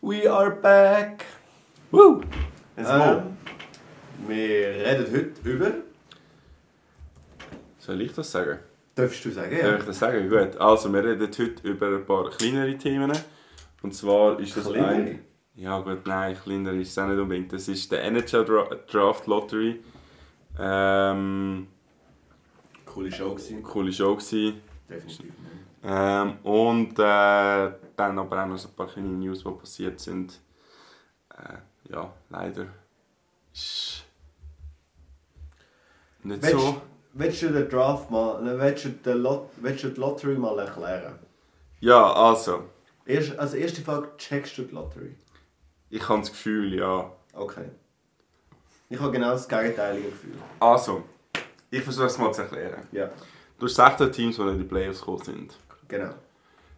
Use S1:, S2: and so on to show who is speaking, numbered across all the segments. S1: We are back. Woo!
S2: Let's
S1: Ähm,
S2: go. Wir reden heute über.
S3: Soll ich das sagen?
S2: Darfst du sagen?
S3: Darf ich das sagen? Gut. Also, wir reden heute über ein paar kleinere Themen. Und zwar ist das
S2: Kleinere?
S3: ein... Ja gut, nein, kleiner ist es auch nicht unbedingt. Das ist der NHL Dra Draft Lottery. Ähm,
S2: Coole Show gewesen.
S3: coole Show gewesen.
S2: Definitiv. ne.
S3: Ähm, und äh, dann aber auch noch so ein paar kleine News, die passiert sind. Äh, ja, leider. Ist nicht
S2: Willst,
S3: so.
S2: willst du den Draft mal, ne, willst du, den Lot, willst du die Lottery mal erklären?
S3: Ja, also.
S2: Erst, als erste Frage, checkst du die Lottery?
S3: Ich habe das Gefühl, ja.
S2: Okay. Ich habe genau das gegenteilige Gefühl.
S3: Also, ich versuche es mal zu erklären.
S2: Ja,
S3: Du hast 16 Teams, die nicht in die Playoffs gekommen sind.
S2: genau.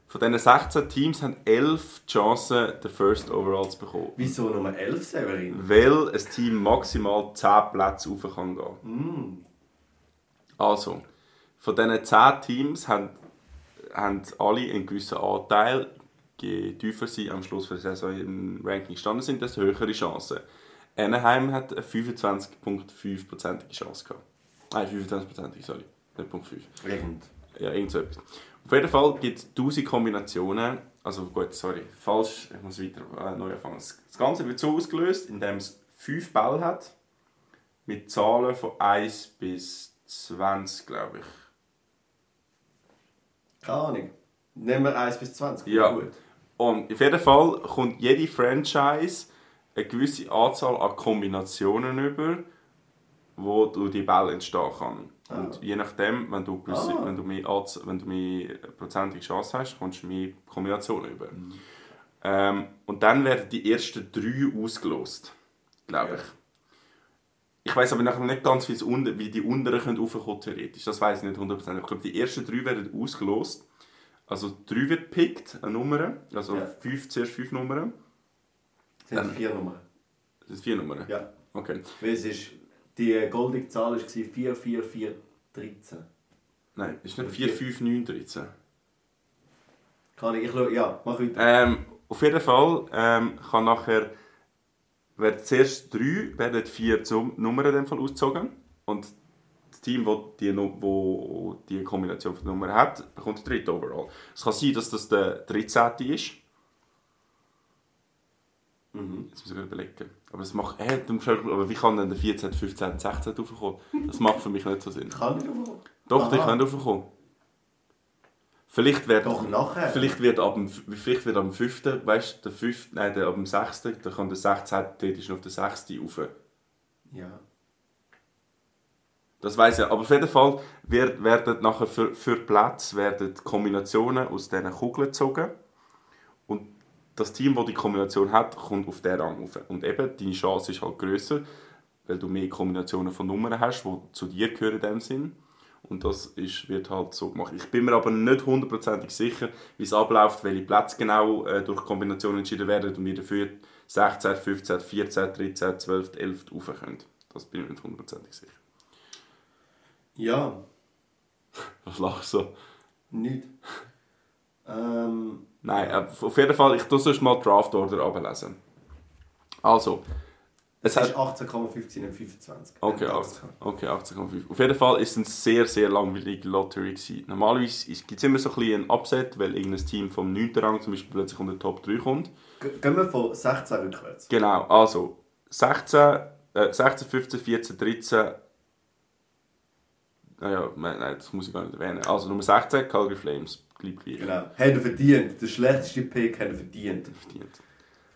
S3: Von diesen 16 Teams haben 11 die Chance, den First Overall zu bekommen.
S2: Wieso Nummer 11, Severin?
S3: Weil ein Team maximal 10 Plätze rauf kann gehen.
S2: Mm.
S3: Also, von diesen 10 Teams haben, haben alle einen gewissen Anteil. Je tiefer sie am Schluss der Saison im Ranking gestanden sind, desto höhere Chancen. Anaheim hat eine 25,5% Chance gehabt. Nein, 25%, sorry. Nicht Punkt 5.
S2: Regend.
S3: Ja, irgend so etwas. Auf jeden Fall gibt es 1000 Kombinationen. Also gut, sorry, falsch, ich muss weiter äh, neu anfangen. Das das Ganze wird so ausgelöst, indem es 5 Bälle hat. Mit Zahlen von 1 bis 20, glaube ich.
S2: Keine Ahnung. Nehmen wir 1 bis 20.
S3: Ja.
S2: Gut.
S3: Und auf jeden Fall kommt jede Franchise eine gewisse Anzahl an Kombinationen über, wo du die Bälle entstehen kann. Und
S2: Ah.
S3: je nachdem, wenn du, gewisse,
S2: Ah.
S3: wenn, du mehr, Anz- wenn du mehr prozentige Chance hast, kommst du mehr Kombinationen über.
S2: Mhm.
S3: Ähm, und dann werden die ersten drei ausgelost, glaube
S2: Ja.
S3: ich. Ich weiß aber nachher nicht ganz, wie es unter- wie die unteren können raufkommen theoretisch. Das weiß ich nicht 100%. Ich glaube, die ersten drei werden ausgelost. Also drei wird gepickt, eine Nummer. Also
S2: Ja.
S3: fünf, zuerst fünf Nummern.
S2: Sind
S3: Dann-
S2: vier Nummern.
S3: Das sind vier Nummern.
S2: Ja.
S3: Okay.
S2: Weil es ist, die goldige Zahl war 4, 4, 4, 13.
S3: Nein, ist nicht vier, fünf, neun, dreizehn.
S2: Kann ich, ich schau, ja, mach weiter.
S3: Ähm, auf jeden Fall ähm, kann nachher werden zuerst drei, werden vier zum Nummern in dem Fall ausgezogen und das Team, wo die, Nu- wo die Kombination von Nummern hat, bekommt den dritten Overall. Es kann sein, dass das der 13. ist.
S2: Mhm.
S3: Jetzt muss ich gerade überlegen. Aber, es macht, äh, du musst halt- aber wie kann denn der 14., 15., 16. raufkommen? Das macht für mich nicht so Sinn.
S2: Kann ich überhaupt?
S3: Doch, die
S2: Aha.
S3: können raufkommen. Vielleicht wird,
S2: Doch, nachher.
S3: vielleicht wird ab dem, vielleicht wird ab dem 5., weißt der 5., nein, der, ab dem 6., da kann der 16., dort ist noch auf der 6. rauf.
S2: Ja.
S3: Das weiß ich, aber auf jeden Fall wird, werden nachher für, für Platz werden die Kombinationen aus diesen Kugeln gezogen. Und das Team, das die Kombination hat, kommt auf den Rang rauf. Und eben, deine Chance ist halt grösser, weil du mehr Kombinationen von Nummern hast, die zu dir gehören in dem Sinn. Und das ist, wird halt so gemacht. Ich bin mir aber nicht hundertprozentig sicher, wie es abläuft, welche Plätze genau äh, durch Kombinationen entschieden werden und wir dafür 16, 15, 14, 13, 12, 11 rauf können. Das bin ich mir nicht hundertprozentig sicher.
S2: Ja,
S3: Ich lache so.
S2: nicht. Ähm,
S3: Nein, äh, auf jeden Fall, ich tue sonst mal die Draft Order ablesen. Also, es
S2: es ist
S3: hat.
S2: 18,15 und 25.
S3: Okay,
S2: Wenn
S3: acht-
S2: das kann.
S3: okay 18,5. Auf jeden Fall ist es eine sehr, sehr langweilige Lottery. Gewesen. Normalerweise gibt es immer so ein bisschen einen Upset, weil irgendein Team vom 9. Rang zum Beispiel plötzlich unter die Top 3 kommt.
S2: Ge- Gehen wir von 16 rückwärts.
S3: Genau, also 16, äh, 16 15, 14, 13. Naja, nein, nein, das muss ich gar nicht erwähnen. Also Nummer 16, Calgary Flames. Bleibt gleich.
S2: Genau. Haben wir verdient. Der schlechteste Pick haben wir verdient.
S3: verdient.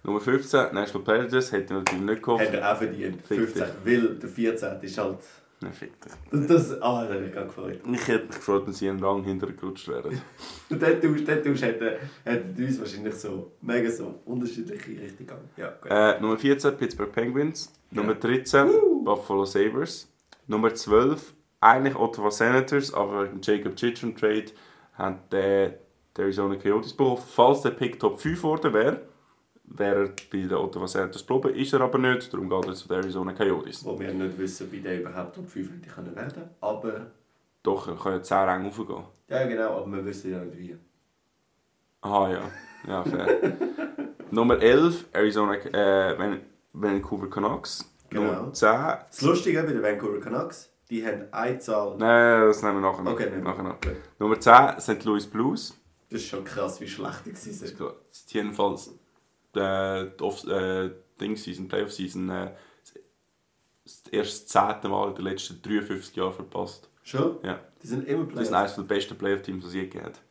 S3: Nummer 15, National Predators, hätte ich natürlich nicht
S2: Haben
S3: gehofft.
S2: wir auch verdient.
S3: Fick dich.
S2: 15. Weil der 14. ist halt.
S3: Nein, fick dich.
S2: Das, das, ah, das hat mich gerade gefreut.
S3: Ich hätte mich gefreut, wenn sie einen Rang hintergerutscht wären.
S2: Und dort tust- dort tust, hätten hätten uns wahrscheinlich so mega so unterschiedliche Richtung gegangen. Ja, gut.
S3: äh, Nummer 14, Pittsburgh Penguins. Nummer 13, Buffalo Sabres. Nummer 12, eigentlich Ottawa Senators, aber im Jacob Chitron Trade haben der die Arizona Coyotes bekommen. Falls der Pick Top 5 geworden wäre, wäre er bei den Ottawa Senators geblieben, ist er aber nicht, darum geht er zu den Arizona Coyotes.
S2: Wo wir nicht wissen, wie der überhaupt Top 5 hätte können werden Aber,
S3: Doch, er kann ja 10 Ränge raufgehen.
S2: ja genau, aber wir wissen ja nicht wie.
S3: Aha, ja. Ja, fair. Nummer 11, Arizona, äh, Van- Vancouver Canucks.
S2: Genau.
S3: Nummer 10,
S2: Das Lustige bei den Vancouver Canucks, die haben eine Zahl.
S3: nein, das nehmen wir nachher noch.
S2: Okay, nehmen wir.
S3: nachher noch. nou. Nummer 10, St. Louis Blues.
S2: Das ist schon krass, wie schlecht die
S3: Das
S2: waren.
S3: ist klar. Das ist jedenfalls äh, die Off äh, Ding-Season, Playoff-Season, äh, das das erste zehnte Mal in den letzten 53 Jahren verpasst.
S2: Schon?
S3: Ja.
S2: Die sind immer
S3: Das
S2: Players.
S3: ist eines der besten Playoff-Teams, die es je gegeben hat.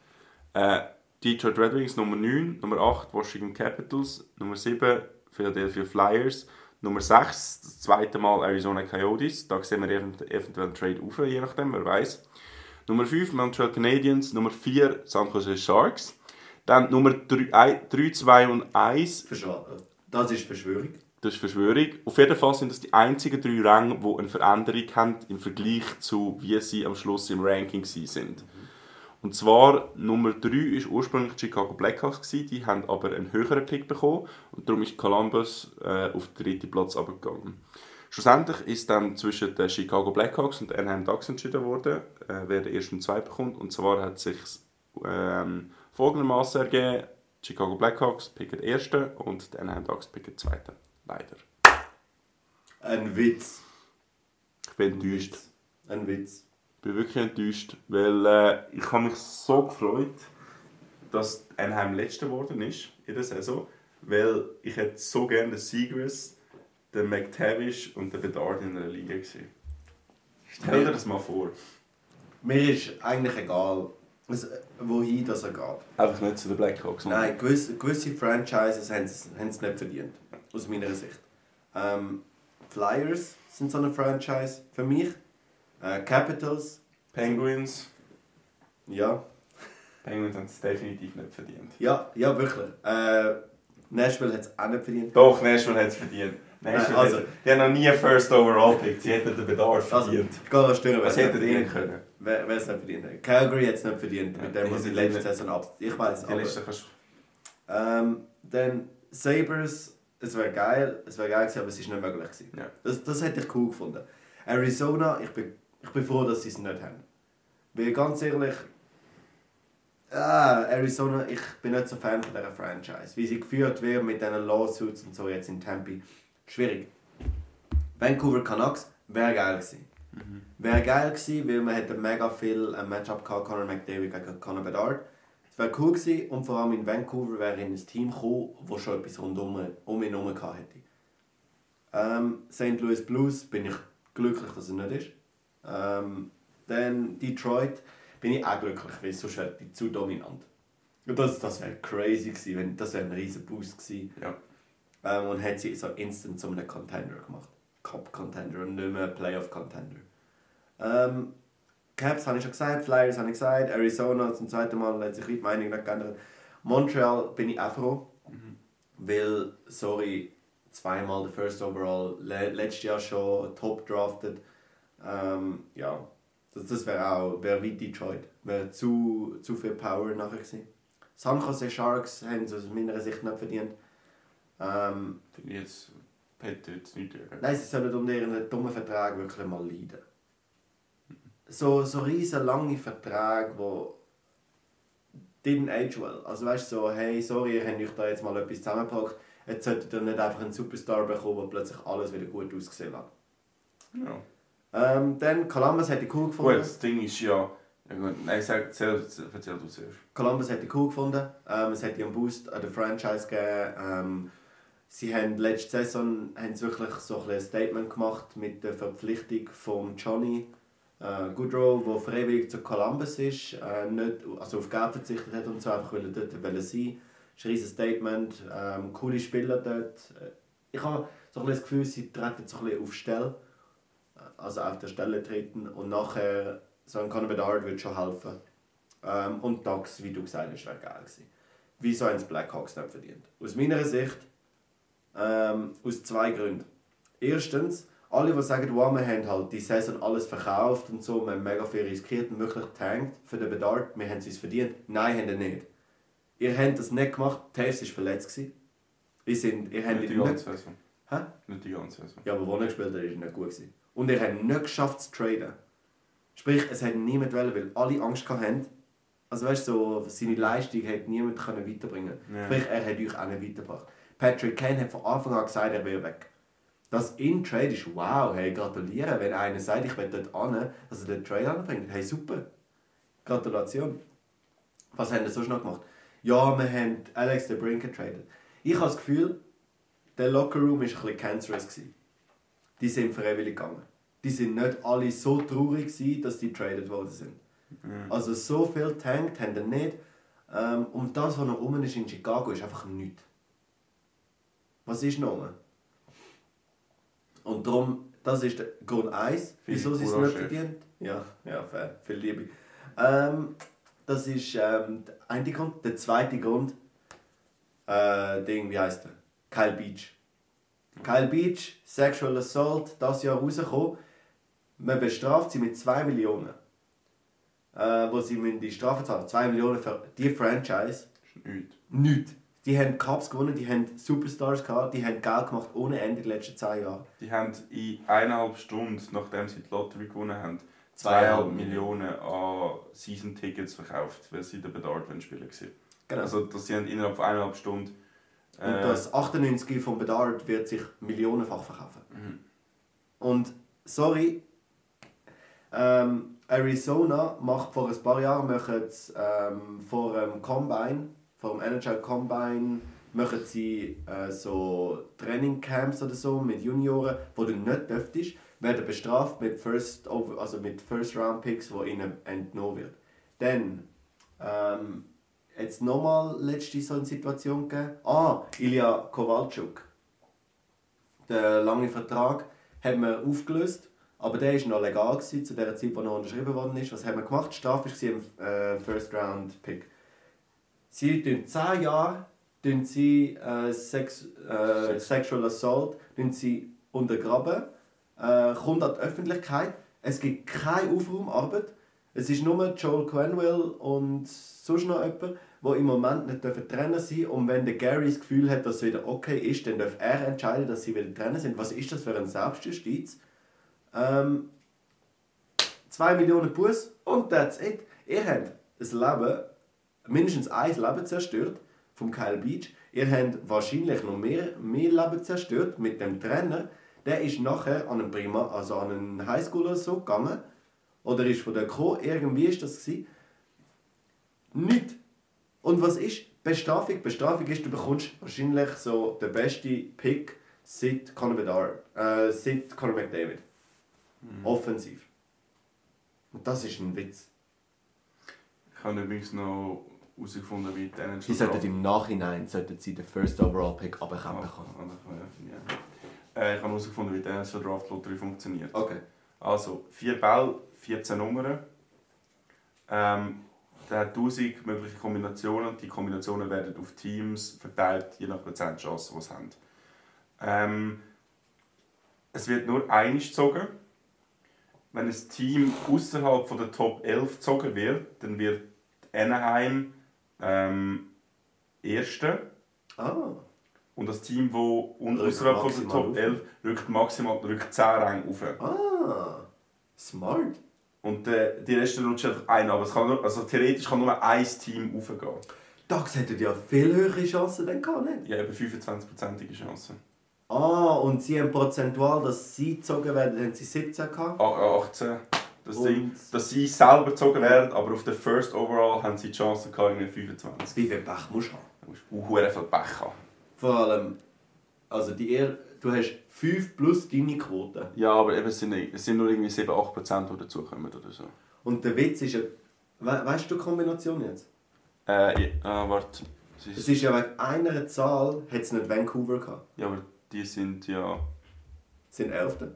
S3: Äh, Detroit Red Wings Nummer 9, Nummer 8 Washington Capitals, Nummer 7 Philadelphia Flyers, Nummer 6 das zweite Mal Arizona Coyotes, da sehen wir event eventuell einen Trade auf, je nachdem, wer weiß. Nummer 5 Montreal Canadiens, Nummer 4 San Jose Sharks, dann Nummer 3, 2 und 1,
S2: Verschw- Das ist Verschwörung.
S3: das ist Verschwörung. Auf jeden Fall sind das die einzigen drei Ränge, die eine Veränderung haben im Vergleich zu wie sie am Schluss im Ranking gewesen sind. Und zwar Nummer 3 ist ursprünglich die Chicago Blackhawks gewesen, die haben aber einen höheren Pick bekommen und darum ist Columbus äh, auf den dritten Platz abgegangen. Schlussendlich ist dann zwischen den Chicago Blackhawks und den Anaheim Ducks entschieden worden, äh, wer den ersten zwei bekommt. Und zwar hat sich ähm, folgendermaßen ergeben: die Chicago Blackhawks picken den ersten und die Anaheim Ducks picken den zweiten. Leider.
S2: Ein Witz.
S3: Ich bin enttäuscht.
S2: Ein Witz.
S3: Ich bin wirklich enttäuscht, weil äh, ich habe mich so gefreut, dass Anaheim letzter geworden ist in der Saison, weil ich hätte so gerne den Seagrass, den McTavish und den Bedard in der Liga gesehen. Stell dir das mal vor.
S2: Mir ist eigentlich egal, was- wohin das er geht.
S3: Einfach nicht zu den Blackhawks. sondern-
S2: Nein, gewisse, gewisse Franchises haben es haben es nicht verdient, aus meiner Sicht. Ähm, Flyers sind so eine Franchise für mich. Äh, Capitals,
S3: Penguins.
S2: ja,
S3: Penguins haben es definitiv nicht verdient.
S2: ja, ja, wirklich. Äh, Nashville hat es auch nicht verdient.
S3: Doch, Nashville hat es verdient. Nashville
S2: also-
S3: hat, die haben noch nie einen First Overall Pick. Sie hätten den Bedard
S2: Also, ich
S3: verdient. Also-
S2: gehe noch stören,
S3: Was hätten die ihnen können?
S2: Wer wer es nicht verdient hat. Calgary hat es nicht verdient, mit
S3: Ja,
S2: dem,
S3: die
S2: was sie
S3: sind
S2: letzte
S3: nicht-
S2: Saison ab... Ich weiß,
S3: Die
S2: aber...
S3: letzten kannst
S2: Ähm, dann Sabres, es wäre geil, es wäre geil gewesen, aber es ist nicht möglich gewesen.
S3: Ja.
S2: Das, das hätte ich cool gefunden. Arizona, ich bin, ich bin froh, dass sie es nicht haben. Weil ganz ehrlich, ah, Arizona, ich bin nicht so Fan von dieser Franchise. Wie sie geführt wird mit diesen Lawsuits und so jetzt in Tempe, schwierig. Vancouver Canucks wäre geil gewesen. Wäre geil gewesen, weil man hätte mega viel ein Matchup gehabt, Conor McDavid gegen Conor Bedard. Es wäre cool gewesen und vor allem in Vancouver wäre in ein Team gekommen, das schon etwas rundum um ihn herum gehabt hätte. Ähm, St. Louis Blues bin ich glücklich, dass er nicht ist. Ähm, dann Detroit bin ich auch glücklich, weil sonst wäre die zu dominant. Und Das, das wäre crazy gewesen, wenn, das wäre ein riesen Boost gewesen.
S3: Ja.
S2: Ähm, und hätte sie so instant zu einem Contender gemacht. Cup-Contender und nicht mehr Playoff-Contender. Ähm, Caps habe ich schon gesagt, Flyers habe ich gesagt, Arizona zum zweiten Mal hat sich die Meinung nicht geändert. Montreal bin ich auch froh, weil, sorry, zweimal der First Overall, le letztes Jahr schon top drafted. Ähm, ja, das, das wäre auch wär wie Detroit. Wäre zu, zu viel Power nachher gewesen. San Jose Sharks haben es aus meiner Sicht nicht verdient. Ähm,
S3: Jetzt hätte jetzt nicht dürfen.
S2: Nein, sie sollen unter um ihren dummen Vertrag wirklich mal leiden. So, so riesen lange Verträge, wo didn't age well. Also weißt du, so, hey, sorry, ihr habt euch da jetzt mal etwas zusammengepackt. Jetzt solltet ihr nicht einfach einen Superstar bekommen, der plötzlich alles wieder gut ausgesehen hat.
S3: Ja.
S2: Ähm, dann, Columbus hätte ich cool
S3: Gut,
S2: gefunden.
S3: das Ding ist ja. ja gut, nein, sag, erzähl, erzähl du zuerst.
S2: Columbus hätte ich cool gefunden. Ähm, es hätte einen Boost an der Franchise gegeben. Ähm, sie haben letzte Saison haben sie wirklich so ein, bisschen ein Statement gemacht mit der Verpflichtung von Johnny äh, Goodrow, der freiwillig zu Columbus ist, äh, nicht, also auf Geld verzichtet hat und so einfach weil er dort wollte sein. Das ist ein riesiges Statement. Ähm, coole Spieler dort. Äh, Ich habe so ein bisschen das Gefühl, sie treten so ein bisschen auf Stelle. Also auf der Stelle treten und nachher so ein Conor Bedard würde schon helfen. Ähm, und Dogs, wie du gesagt hast, wäre geil gewesen. Wieso haben die Blackhawks nicht verdient? Aus meiner Sicht ähm, aus zwei Gründen. Erstens, alle, die sagen, wow, wir haben halt die Saison alles verkauft und so, wir haben mega viel riskiert und wirklich getankt für den Bedarf, wir haben es uns verdient. Nein, haben wir nicht. Ihr habt das nicht gemacht, Taves war verletzt. Gewesen. Ihr, sind, ihr habt
S3: Nicht die
S2: nicht-
S3: ganze Saison.
S2: Hä?
S3: Nicht die ganze Saison.
S2: Ja, aber wo er gespielt hat, ist er nicht gut. Gewesen. Und er hat nicht geschafft zu traden. Sprich, es hat niemand wollen, weil alle Angst hatten, Also weißt du, so, seine Leistung hat niemand können weiterbringen
S3: Ja.
S2: Sprich, er hat euch auch nicht weitergebracht. Patrick Kane hat von Anfang an gesagt, er will weg. Das In-Trade ist wow, hey, gratulieren, wenn einer sagt, ich will dort an, dass er den Trade anbringt. Hey, super. Gratulation. Was haben wir sonst noch gemacht? Ja, wir haben Alex de Brink getradet. Ich habe das Gefühl, der Lockerroom war ein bisschen cancerous. Gewesen. Die sind freiwillig gegangen. Die sind nicht alle so traurig, gewesen, dass die getradet worden sind.
S3: Mhm.
S2: Also so viel tankt haben sie nicht. Ähm, und das, was noch rum ist in Chicago, ist einfach nichts. Was ist noch rum? Und darum, das ist der Grund 1,
S3: Viel
S2: wieso sie es
S3: Courage.
S2: nicht verdient. Ja, ja, fair. Viel Liebe. Ähm, das ist ähm, der eine Grund. Der zweite Grund, äh, Ding, wie heißt er? Kyle Beach. Kyle Beach, Sexual Assault, das Jahr rausgekommen. Man bestraft sie mit 2 Millionen. Äh, wo sie müssen die Strafe zahlen 2 Millionen für die Franchise.
S3: Nichts.
S2: Nichts. Die haben Cups gewonnen, die haben Superstars gehabt, die haben Geld gemacht ohne Ende in den letzten 10 Jahren.
S3: Die haben in eineinhalb Stunden, nachdem sie die Lottery gewonnen haben,
S2: Zweieinhalb
S3: zweieinhalb Millionen an Season-Tickets verkauft, weil sie den Bedard spielen wollten.
S2: Genau.
S3: Also, dass sie haben innerhalb von eineinhalb Stunden... Äh,
S2: Und das 98 von Bedard wird sich millionenfach verkaufen. Und sorry, ähm, Arizona macht vor ein paar Jahren machen sie, ähm, vor dem Combine, vor dem NHL Combine, machen sie äh, so Trainingcamps oder so mit Junioren, wo du nicht dürftest, werden bestraft mit First, Over- also mit First Round Picks, wo ihnen entnommen wird. Dann ähm, jetzt nochmal letzte so eine Situation gegeben. Ah, Ilya Kowalczuk. Der lange Vertrag hat man aufgelöst, aber der war noch legal gewesen, zu der Zeit, wo noch unterschrieben worden ist. Was haben wir gemacht? Die Strafe war ein äh, First-Round-Pick. Sie tun 10 Jahre tun sie, äh, Sex, äh, Sexual Assault tun sie untergraben, äh, kommt an die Öffentlichkeit. Es gibt keine Aufraumarbeit. Es ist nur Joel Quenville und sonst noch jemand, wo im Moment nicht dürfen Trainer sein dürfen. Und wenn der Gary das Gefühl hat, dass es wieder okay ist, dann darf er entscheiden, dass sie wieder Trainer sind. Was ist das für ein Selbstjustiz? Ähm, 2 Millionen Buß und that's it. Ihr habt ein Leben, mindestens ein Leben zerstört vom Kyle Beach. Ihr habt wahrscheinlich noch mehr, mehr Leben zerstört mit dem Trainer. Der ist nachher an einen Prima, also an einen Highschool oder so gegangen. Oder ist von der gekommen. Irgendwie ist das gewesen. Nicht. Und was ist Bestrafung? Bestrafung ist, du bekommst wahrscheinlich so den besten Pick seit Conor Bedard, äh, seit Conor McDavid. Offensiv. Und das ist ein Witz.
S3: Ich habe übrigens noch herausgefunden, wie die NHL...
S2: Sie sollten im Nachhinein sollten sie den First Overall Pick
S3: Ah,
S2: abbekommen.
S3: ah, ja. Äh, Ich habe herausgefunden, wie die NHL Draft Lottery funktioniert.
S2: Okay.
S3: Also, vier Bälle, 14 Nummern. Ähm, der hat 1000 mögliche Kombinationen. Die Kombinationen werden auf Teams verteilt, je nach Prozentchance, die sie haben. Ähm, es wird nur einig gezogen. Wenn ein Team außerhalb von der Top 11 gezogen wird, dann wird Anaheim ähm, Erster.
S2: Ah,
S3: Und das Team, das
S2: Rückt
S3: außerhalb von der
S2: maximal
S3: Top
S2: auf.
S3: 11 rückt maximal rückt 10 Ränge auf.
S2: ah. Smart.
S3: Und äh, die Reste rutschen einfach ein, aber es kann nur, also theoretisch kann nur ein Team aufgehen.
S2: Da hätten ja viel höhere Chancen dann gehabt, nicht?
S3: Ja, eben 25%ige Chance.
S2: Ah, und sie haben prozentual, dass sie gezogen werden, haben sie 17 gehabt.
S3: A- 18. Dass, sie,
S2: Und-
S3: dass sie selber gezogen werden, aber auf der First Overall haben sie die Chance gehabt, irgendwie 25.
S2: Wie viel Pech musst du haben?
S3: Da musst du auch viel Pech haben.
S2: Vor allem, also die er du hast 5 plus deine Quote.
S3: Ja, aber eben es sind, es sind nur irgendwie 7-8%, die dazukommen oder so.
S2: Und der Witz ist ja, we weißt du die Kombination jetzt?
S3: Äh, ja, äh, warte. Es
S2: Es
S3: ist,
S2: ist ja wegen einer Zahl, hat es nicht Vancouver gehabt.
S3: ja, aber die sind ja.
S2: Es sind Elfte.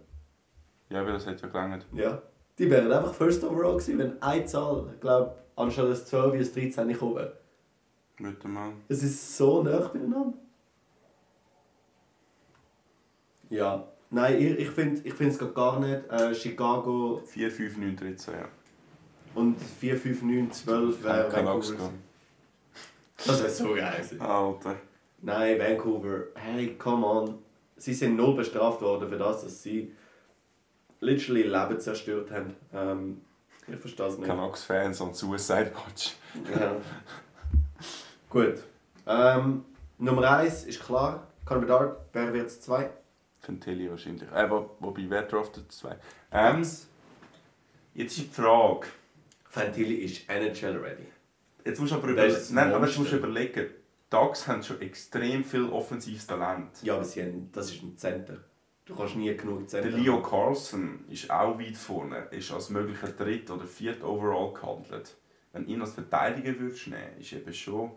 S3: Ja, aber das hat ja gelangt.
S2: Ja. Die wären einfach First Overall gewesen, wenn eine Zahl, ich glaube, anstatt des 12 bis 13 gekommen wäre.
S3: Mit dem Mann.
S2: Es ist so nah beieinander. Ja. Nein, ich, ich finde es ich find's grad gar nicht. Äh, Chicago
S3: 4, 5, 9, 13, ja.
S2: und 4, 5, 9, 12
S3: Kein
S2: wäre äh, Vancouver.
S3: Lachs
S2: gewesen.
S3: gehen.
S2: Das wäre so geil gewesen.
S3: Alter.
S2: Nein, Vancouver, hey, come on. Sie sind null bestraft worden für das, dass sie literally Leben zerstört haben. Ähm, Ich verstehe es nicht.
S3: Canucks-Fans und Suicide Watch.
S2: Ja. Gut. Ähm, Nummer 1 ist klar. Kandidat, wer wird es 2?
S3: Von Tilly wahrscheinlich. Aber wobei, wer draftet zwei? Ähm, jetzt ist die Frage.
S2: Fantilli ist NHL ready.
S3: Jetzt musst du aber,
S2: Das
S3: über
S2: ist das
S3: Nein, aber jetzt musst
S2: Monster.
S3: du überlegen. Die Ducks haben schon extrem viel offensives Talent.
S2: Ja, aber sie haben, das ist ein Center. Du kannst nie genug Center.
S3: Der Leo Carlson ist auch weit vorne. Ist als möglicher Dritt- oder Viert Overall gehandelt. Wenn du ihn als Verteidiger würdest nehmen, ist eben schon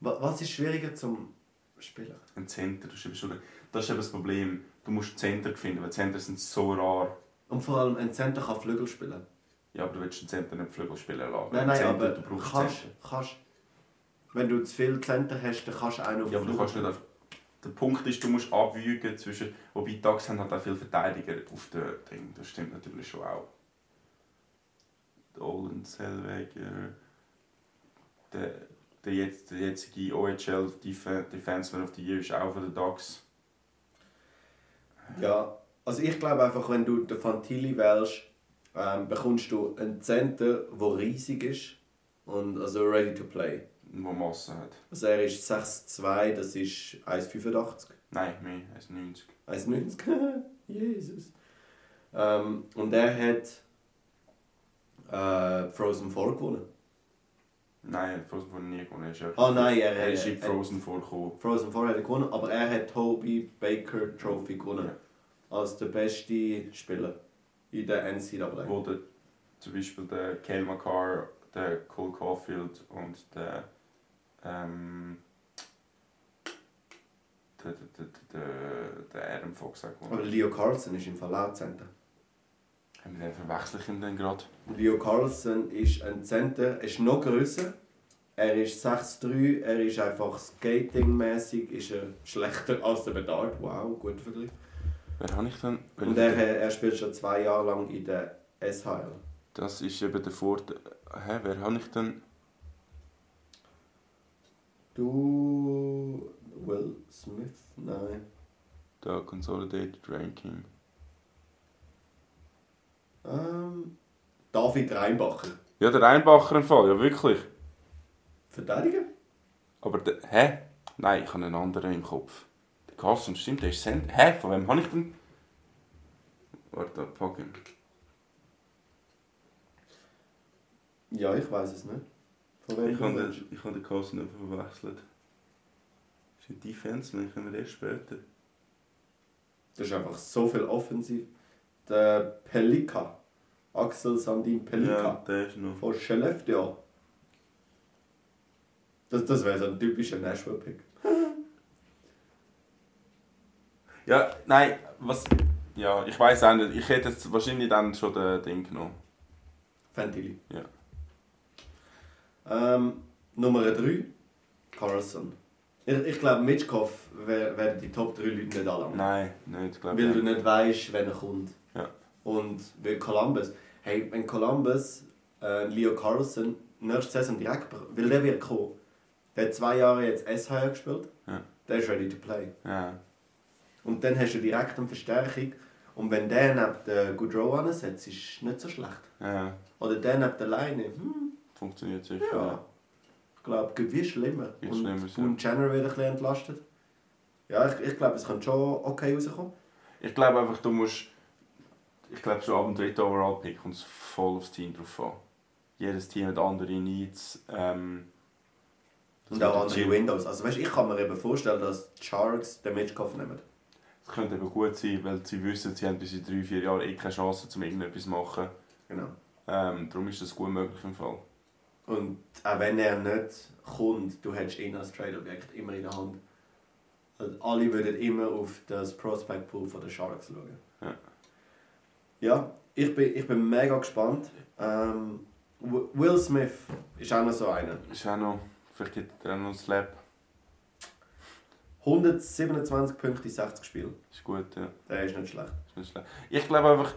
S2: Wa- Was ist schwieriger zum Spielen?
S3: ein Center. Das ist eben, schon, das, ist eben das Problem. Du musst Center finden, weil Center sind so rar.
S2: Und vor allem ein Center kann Flügel spielen.
S3: Ja, aber du willst einen Center nicht Flügel spielen lassen.
S2: Nein, nein,
S3: Center,
S2: aber
S3: du brauchst
S2: kannst,
S3: Center.
S2: kannst. Wenn du zu viel Center hast, dann kannst du einen auf
S3: Ja, aber du
S2: Flügel
S3: kannst nicht einfach... Der Punkt ist, du musst abwägen zwischen... Wobei die Ducks haben halt auch viele Verteidiger auf der Ding. Das stimmt natürlich schon auch. Dolan, Selweger... Der, der, jetzt, der jetzige OHL Def- Defenseman of the Year ist auch von den Ducks.
S2: Ja, also ich glaube einfach, wenn du den Fantilli wählst, ähm, bekommst du einen Center, der riesig ist und also ready to play.
S3: Wo Masse hat.
S2: Also er ist 6'2, das ist 1,85,
S3: Nein, mehr als 90.
S2: 1,90. Jesus. Ähm, und er hat äh, Frozen 4 gewonnen.
S3: Nein, Frozen von nie gewonnen. Er ist ja-
S2: Ah nein, er,
S3: er ist
S2: hat
S3: in Frozen vorgekommen.
S2: Frozen 4 hat er gewonnen, aber er hat Toby Baker Trophy gewonnen. Als der beste Spieler in der NCAA.
S3: wo der, zum Beispiel der Kale McCarr, der Cole Caulfield und der, ähm, der, der, der, der, der Adam Fox auch
S2: Aber
S3: gewonnen.
S2: Leo Carlson ist im Verlaufcenter.
S3: Haben wir den verwechsel ich ihn denn gerade?
S2: Leo Carlson ist ein Center, ist noch größer. Er ist 6'3, er ist einfach skatingmäßig ist er schlechter als der Bedard. Wow, guter Vergleich.
S3: Wer habe ich denn?
S2: Und er, er spielt schon zwei Jahre lang in der SHL.
S3: das ist eben der Vorteil. Hä, wer habe ich denn?
S2: Du. Will Smith? Nein.
S3: Da, Consolidated Ranking.
S2: Ähm, David Reinbacher.
S3: Ja, der Einbacher im Fall, ja wirklich.
S2: Verteidiger?
S3: Aber der, hä? Nein, ich habe einen anderen im Kopf. Der Carlson, stimmt, der ist Center. Hä, von wem habe ich denn? Warte, pack ihn.
S2: Ja, ich weiß es nicht. Von wem
S3: Ich
S2: du
S3: habe
S2: willst.
S3: den, ich habe den Carlson einfach verwechselt. Das ist ein Defenseman, können wir erst später.
S2: Das ist einfach so viel offensiv. Der Pelika. Axel Sandin Pelika.
S3: Ja, der ist noch.
S2: Von Skellefteå. Das, das wäre so ein typischer Nashville-Pick.
S3: Ja, nein, was. Ja, ich weiß auch nicht. Ich hätte jetzt wahrscheinlich dann schon den Ding genommen.
S2: Fantilli.
S3: Ja.
S2: Ähm, Nummer 3, Carlson. Ich, ich glaube, Mitchkoff wär- werden die Top 3 Leute nicht anlangen.
S3: Nein, nicht, glaube
S2: Weil
S3: ich.
S2: du
S3: nicht.
S2: nicht weißt, wer er kommt.
S3: Ja.
S2: Und weil Columbus. Hey, wenn Columbus äh, Leo Carlson nächste Saison direkt bek- weil der wird kommen. Der hat zwei Jahre jetzt SHL gespielt.
S3: Ja.
S2: Der ist ready to play.
S3: Ja.
S2: Und dann hast du direkt eine Verstärkung. Und wenn der neben der Goodrow ansetzt, ist nicht so schlecht.
S3: ja,
S2: Oder der neben der Leine, hm,
S3: funktioniert sicher.
S2: ja. Ich glaube, gibt wie schlimmer.
S3: Gibt
S2: und
S3: Schlimmeres, ja.
S2: und Jenner wird ein bisschen entlastet. Ja, ich, ich glaube, es könnte schon okay rauskommen.
S3: Ich glaube einfach, du musst. Ich glaube, schon ab dem dritten Overall-Pick kommt es voll aufs Team drauf an. Jedes Team hat andere Needs. Ähm,
S2: Und auch
S3: wird der
S2: andere
S3: Jim-
S2: Windows. Also weißt, ich kann mir eben vorstellen, dass die Sharks den Mitchkopf nehmen.
S3: Es könnte eben gut sein, weil sie wissen, sie haben bis in drei, vier Jahren eh keine Chance, um irgendetwas zu machen.
S2: Genau.
S3: Ähm, darum ist das gut möglich im Fall.
S2: Und auch wenn er nicht kommt, du hättest ihn als Trade-Objekt immer in der Hand. Also alle würden immer auf das Prospect Pool von den Sharks schauen.
S3: Ja.
S2: Ja, ich bin, ich bin mega gespannt. Ähm, W- Will Smith ist auch noch so einer.
S3: Ist auch noch, vielleicht gibt er auch noch ein Slap.
S2: 127 Punkte in 60 Spielen.
S3: Ist gut, ja.
S2: Der ist nicht schlecht.
S3: Ist nicht schlecht. Ich glaube einfach,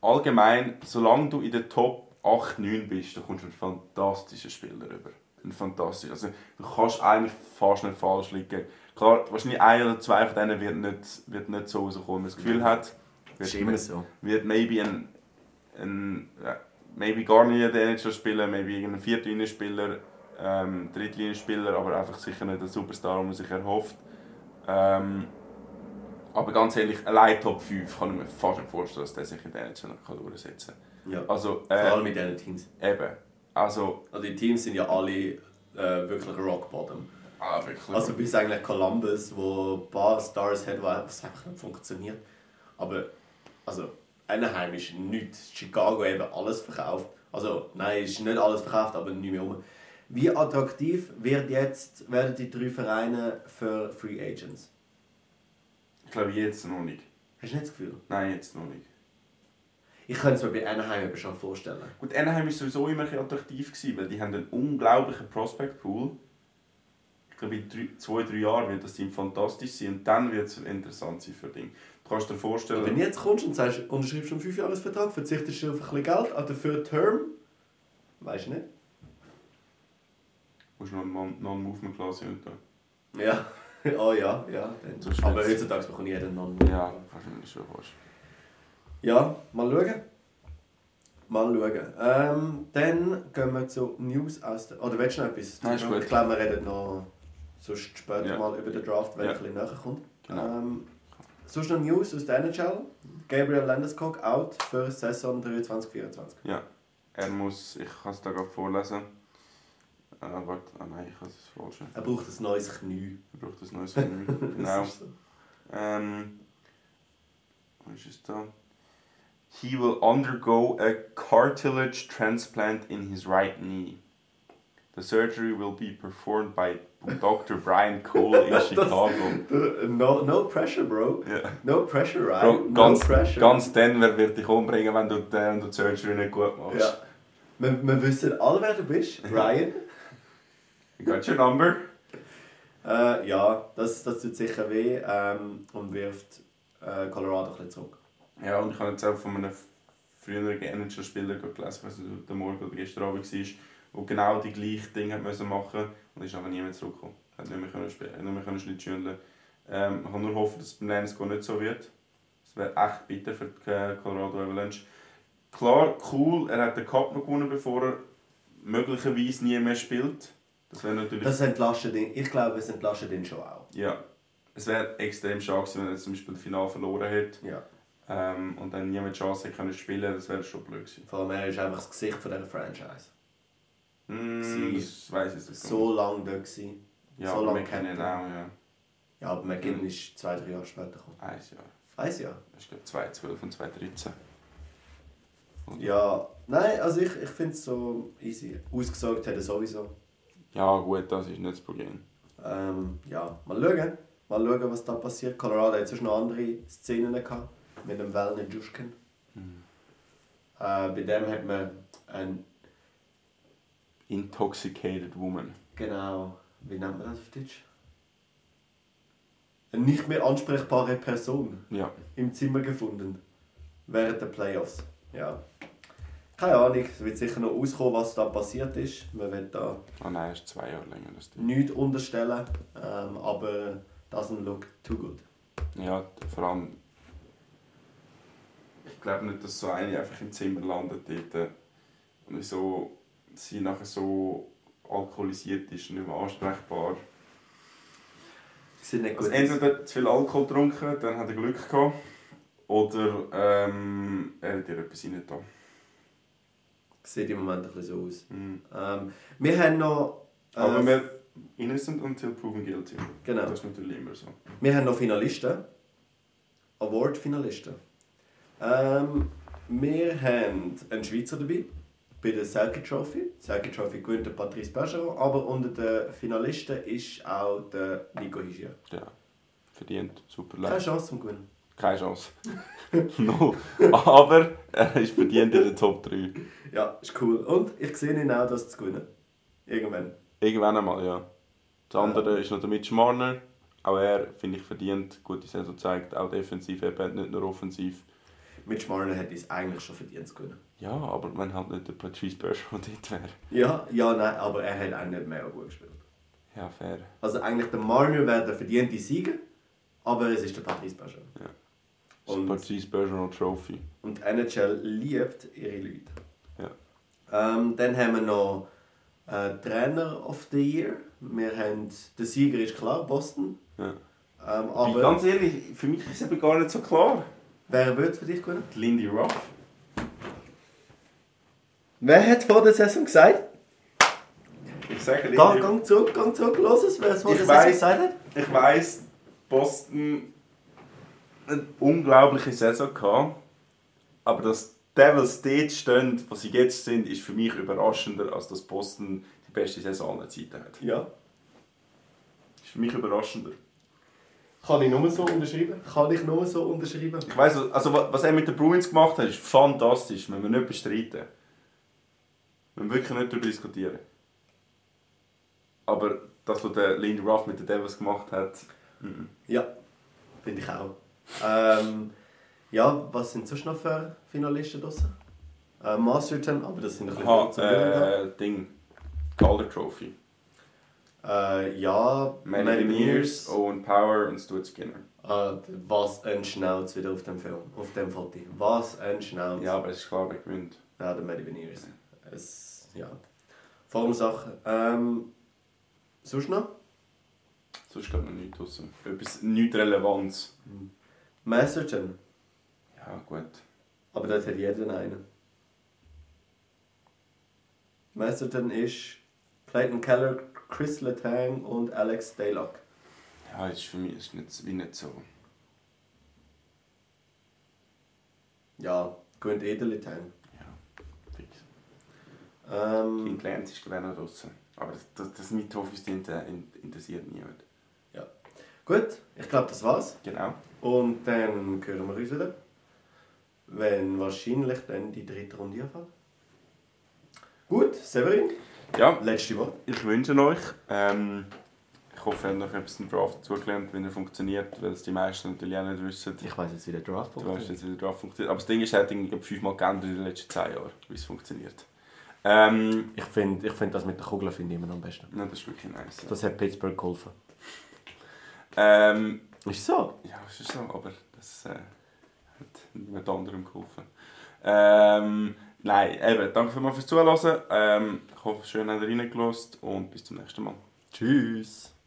S3: allgemein, solange du in der Top 8, 9 bist, dann kommst du einen fantastischen Spieler rüber. Ein fantastischer. Also, du kannst eigentlich fast nicht falsch liegen. Klar, wahrscheinlich ein oder zwei von denen wird nicht, wird nicht so rauskommen, wie man das Gefühl hat. Wird,
S2: so.
S3: wird maybe ein ein, äh, maybe gar nicht einen Manager spielen, maybe irgendeinen Viertlinenspieler, ähm, Drittlinenspieler, aber einfach sicher nicht der Superstar, den man sich erhofft. Ähm, aber ganz ehrlich, allein Top 5 kann ich mir fast nicht vorstellen, dass der sich in der NHL noch kann durchsetzen
S2: Ja.
S3: kann. Also,
S2: Vor
S3: äh,
S2: allem mit diesen Teams.
S3: eben. Also,
S2: Also die Teams sind ja alle äh, wirklich rock bottom.
S3: ah, wirklich.
S2: Also bis eigentlich Columbus, wo ein paar Stars hat, was einfach nicht funktioniert. Aber, also, Anaheim ist nichts. Chicago eben alles verkauft. Also, nein, ist nicht alles verkauft, aber nicht mehr um. Wie attraktiv wird jetzt, werden die drei Vereine für Free Agents?
S3: ich glaube, jetzt noch nicht.
S2: Hast du nicht das Gefühl?
S3: Nein, jetzt noch nicht.
S2: Ich könnte es mir bei Anaheim eben schon vorstellen.
S3: Gut, Anaheim war sowieso immer ein bisschen attraktiv, gewesen, weil die haben einen unglaublichen Prospect-Pool. Ich glaube, in drei, zwei, drei Jahren wird das Team fantastisch sein und dann wird es interessant sein für Ding. Du kannst dir vorstellen...
S2: Wenn du jetzt kommst und sagst, unterschreibst einen 5-Jahres-Vertrag, verzichtest du auf ein bisschen Geld, aber dafür Term, weißt du nicht?
S3: musst du noch einen Non-Movement-Clause hinter.
S2: Ja. Oh ja, ja.
S3: So schwitzt.
S2: Aber heutzutage bekomme ich jeden Mann.
S3: Ja, wahrscheinlich schon fast.
S2: Ja, mal schauen. Mal schauen. Ähm, dann gehen wir zu News aus der... Oder willst du noch etwas?
S3: Nein, ist gut.
S2: Ich glaube, wir reden noch sonst später
S3: Ja.
S2: mal über den Draft, wenn
S3: Ja.
S2: er ein bisschen näher kommt.
S3: Genau.
S2: Ähm, sonst noch News aus der NHL. Gabriel Landeskog out für die Saison 23-24.
S3: Ja, er muss... Ich kann es dir gerade vorlesen. Äh, warte, ah nein, ich habe das Falsche.
S2: Er braucht ein neues Knie.
S3: Ich brauche das neues Menü. genau.
S2: Das ist so.
S3: Ähm, wo ist es da? He will undergo a cartilage transplant in his right knee. The surgery will be performed by Dr. Brian Cole in Chicago.
S2: Du, No, no pressure, bro.
S3: Ja.
S2: No pressure, right?
S3: Bro,
S2: no
S3: ganz,
S2: pressure.
S3: ganz Denver wird dich umbringen, wenn du, die- wenn du die eh, Surgery nicht gut machst.
S2: Ja. Wir, wir wissen alle, wer du bist, Brian.
S3: You got your number.
S2: äh, ja, das, das tut sicher weh ähm, und wirft äh, Colorado ein bisschen zurück.
S3: Ja, und ich habe jetzt auch von einem früheren NHL-Spieler gelesen, ich weiß nicht, ob der Morgen oder gestern Abend war, der genau die gleichen Dinge hat müssen machen und ist aber nie mehr zurückgekommen. Er hat nicht mehr können spielen, er hat nicht mehr können schlittschuhen. Ähm, ich kann nur hoffen, dass es beim Lanesco nicht so wird. Das wäre echt bitter für die äh, Colorado Avalanche. Klar, cool, er hat den Cup noch gewonnen, bevor er möglicherweise nie mehr spielt. Das wäre natürlich...
S2: Das entlastet ihn, ich glaube, es entlastet ihn schon auch.
S3: ja. Es wäre extrem schade gewesen, wenn er jetzt zum Beispiel das Finale verloren hätte
S2: Ja.
S3: ähm, und dann nie mehr die Chance hätte können spielen, das wäre schon blöd gewesen.
S2: Vor allem, er ist einfach das Gesicht von dieser Franchise.
S3: Mm,
S2: Sie-
S3: das weiß ich nicht.
S2: So lange da gewesen.
S3: ja,
S2: so
S3: aber
S2: lange
S3: wir kennen ihn
S2: kennt er.
S3: auch, ja. Ah,
S2: Ja, aber McGinn ist zwei, drei Jahre später gekommen.
S3: Ein Jahr.
S2: Eins Jahr.
S3: Ich glaube 2012 und 2013.
S2: Ja, nein, also ich, ich finde es so easy. Ausgesagt hat er sowieso.
S3: Ja, gut, das ist nicht das Problem.
S2: Ähm, ja, mal schauen. Mal schauen, was da passiert. Colorado hat sonst noch andere Szenen gehabt. Mit dem Wellner Juschkin. Äh, bei dem hat man ein,
S3: Intoxicated Woman.
S2: genau, wie nennt man das auf Deutsch? Eine nicht mehr ansprechbare Person
S3: Ja.
S2: im Zimmer gefunden. Während der Playoffs. Ja. Keine Ahnung, es wird sicher noch rauskommen, was da passiert ist. Man wird da
S3: Ah nein, ist zwei Jahre länger das Ding.
S2: nichts unterstellen. Ähm, aber doesn't look too good.
S3: Ja, vor allem. Ich glaube nicht, dass so eine einfach im Zimmer landet dort. äh, Und wieso sie nachher so alkoholisiert ist und nicht mehr ansprechbar.
S2: Sind nicht
S3: Also
S2: gut.
S3: entweder zu viel Alkohol getrunken, dann hat er Glück gehabt. Oder ähm, er hat dir etwas reingetan.
S2: Sieht im Moment ein bisschen so aus.
S3: Mhm.
S2: Ähm, wir haben noch. Äh,
S3: Aber wir innocent until proven guilty.
S2: genau.
S3: Das ist natürlich immer so.
S2: Wir haben noch Finalisten. Award-Finalisten. Ähm, wir haben einen Schweizer dabei. Bei der Selke Trophy. Die Selke Trophy gewinnt der Patrice Bergeron. Aber unter den Finalisten ist auch der Nico Hischier.
S3: Ja. Verdient, super
S2: Keine
S3: leicht.
S2: Chance zum Gewinnen.
S3: Keine Chance. no. Aber er ist verdient in der Top 3.
S2: Ja, ist cool. Und ich sehe ihn auch, das zu gewinnen. Irgendwann.
S3: Irgendwann einmal, ja. Das andere
S2: Äh.
S3: ist noch der Mitch Marner. Auch er, finde ich, verdient. Gute Saison zeigt. Auch defensiv eben, nicht nur offensiv.
S2: Mitch Marner hätte es eigentlich schon verdient zu gewinnen.
S3: Ja, aber wenn halt nicht der Patrice Bergeron dort wäre.
S2: Ja, ja, nein, aber er hat auch nicht mehr gut gespielt.
S3: Ja, fair.
S2: Also eigentlich der Marner wäre der verdiente Sieger, aber es ist der Patrice Bergeron.
S3: Ja. Und
S2: Und,
S3: Patrice Bergeron Trophy.
S2: und die NHL liebt ihre Leute.
S3: Ja.
S2: Ähm, dann haben wir noch äh, Trainer of the Year. Wir haben, der Sieger ist klar, Boston.
S3: Ja.
S2: Ähm,
S3: Aber
S2: aber
S3: ganz ehrlich, für mich ist es eben gar nicht so klar.
S2: wer wird für dich gewinnen?
S3: Die Lindy Ruff.
S2: Wer hat vor der Saison gesagt?
S3: Ich sage Lindy
S2: Da, gang zurück, gang zurück, los es, wer es vor
S3: Ich
S2: der Saison
S3: weiss.
S2: gesagt hat.
S3: Ich weiss, Boston eine unglaubliche Saison gehabt. Aber dass die Devils dort stehen, wo sie jetzt sind, ist für mich überraschender, als dass Boston die beste Saison aller Zeiten hat.
S2: Ja.
S3: Ist für mich überraschender.
S2: Kann ich nur so unterschreiben? Kann ich nur so unterschreiben.
S3: Ich weiss, also wa- was er mit den Bruins gemacht hat, ist fantastisch. Müssen wir nicht bestreiten. Müssen wir wirklich nicht darüber diskutieren. Aber das, was der Lindy Ruff mit den Devils gemacht hat, mhm.
S2: Ja, finde ich auch. Ähm, ja, was sind sonst noch für Finalisten draussen? Äh, Masterton, aber das sind ein bisschen
S3: Aha,
S2: viel zu hören.
S3: äh, Ding. Calder Trophy.
S2: Äh, ja,
S3: Mountaineers,
S2: Mountaineers.
S3: Owen Power und Stuart Skinner.
S2: Äh, was ein Schnauz wieder auf dem Film, auf dem Foto. Was ein Schnauz.
S3: Ja, aber es ist klar, wer gewinnt.
S2: Ja, der Mountaineers. Es, ja. Formsache. Ähm, sonst noch?
S3: Sonst geht noch nichts raus. Etwas nichts Relevanz.
S2: Masterton.
S3: Ja, gut.
S2: Aber dort hat jeder einen. Masterton ist Clayton Keller, Chris Letang und Alex Daylock.
S3: Ja, ist für mich ist nicht, wie nicht so.
S2: Ja, gewinnt eh der Letang.
S3: fix.
S2: Ähm,
S3: King Lance ist gerne draußen. Aber das, das, das mit Trophies die inter, in, interessiert niemand.
S2: gut, ich glaube, das war's.
S3: Genau.
S2: Und dann hören wir uns wieder. Wenn wahrscheinlich dann die dritte Runde anfängt. Gut, Severin,
S3: Ja,
S2: letzte Wort.
S3: ich wünsche euch. Ähm, ich hoffe, ihr habt euch etwas im Draft zugelernt, wenn er funktioniert, weil es die meisten natürlich auch nicht wissen.
S2: Ich weiß jetzt, wie der Draft
S3: Du weißt jetzt, wie der Draft funktioniert. Aber das Ding ist, er hat irgendwie glaub, fünfmal geändert in den letzten zehn Jahren, wie es funktioniert. Ähm,
S1: Ich finde ich find das mit der Kugel finde ich immer noch am besten.
S3: nein, das ist wirklich nice.
S1: Das hat Pittsburgh geholfen.
S3: Ähm,
S1: Ist so?
S3: ja, es ist so, aber das äh, hat niemand anderem geholfen. Ähm, nein, eben, danke vielmals fürs Zuhören. Ähm, ich hoffe, schön habt ihr reingelassen und bis zum nächsten Mal.
S1: Tschüss.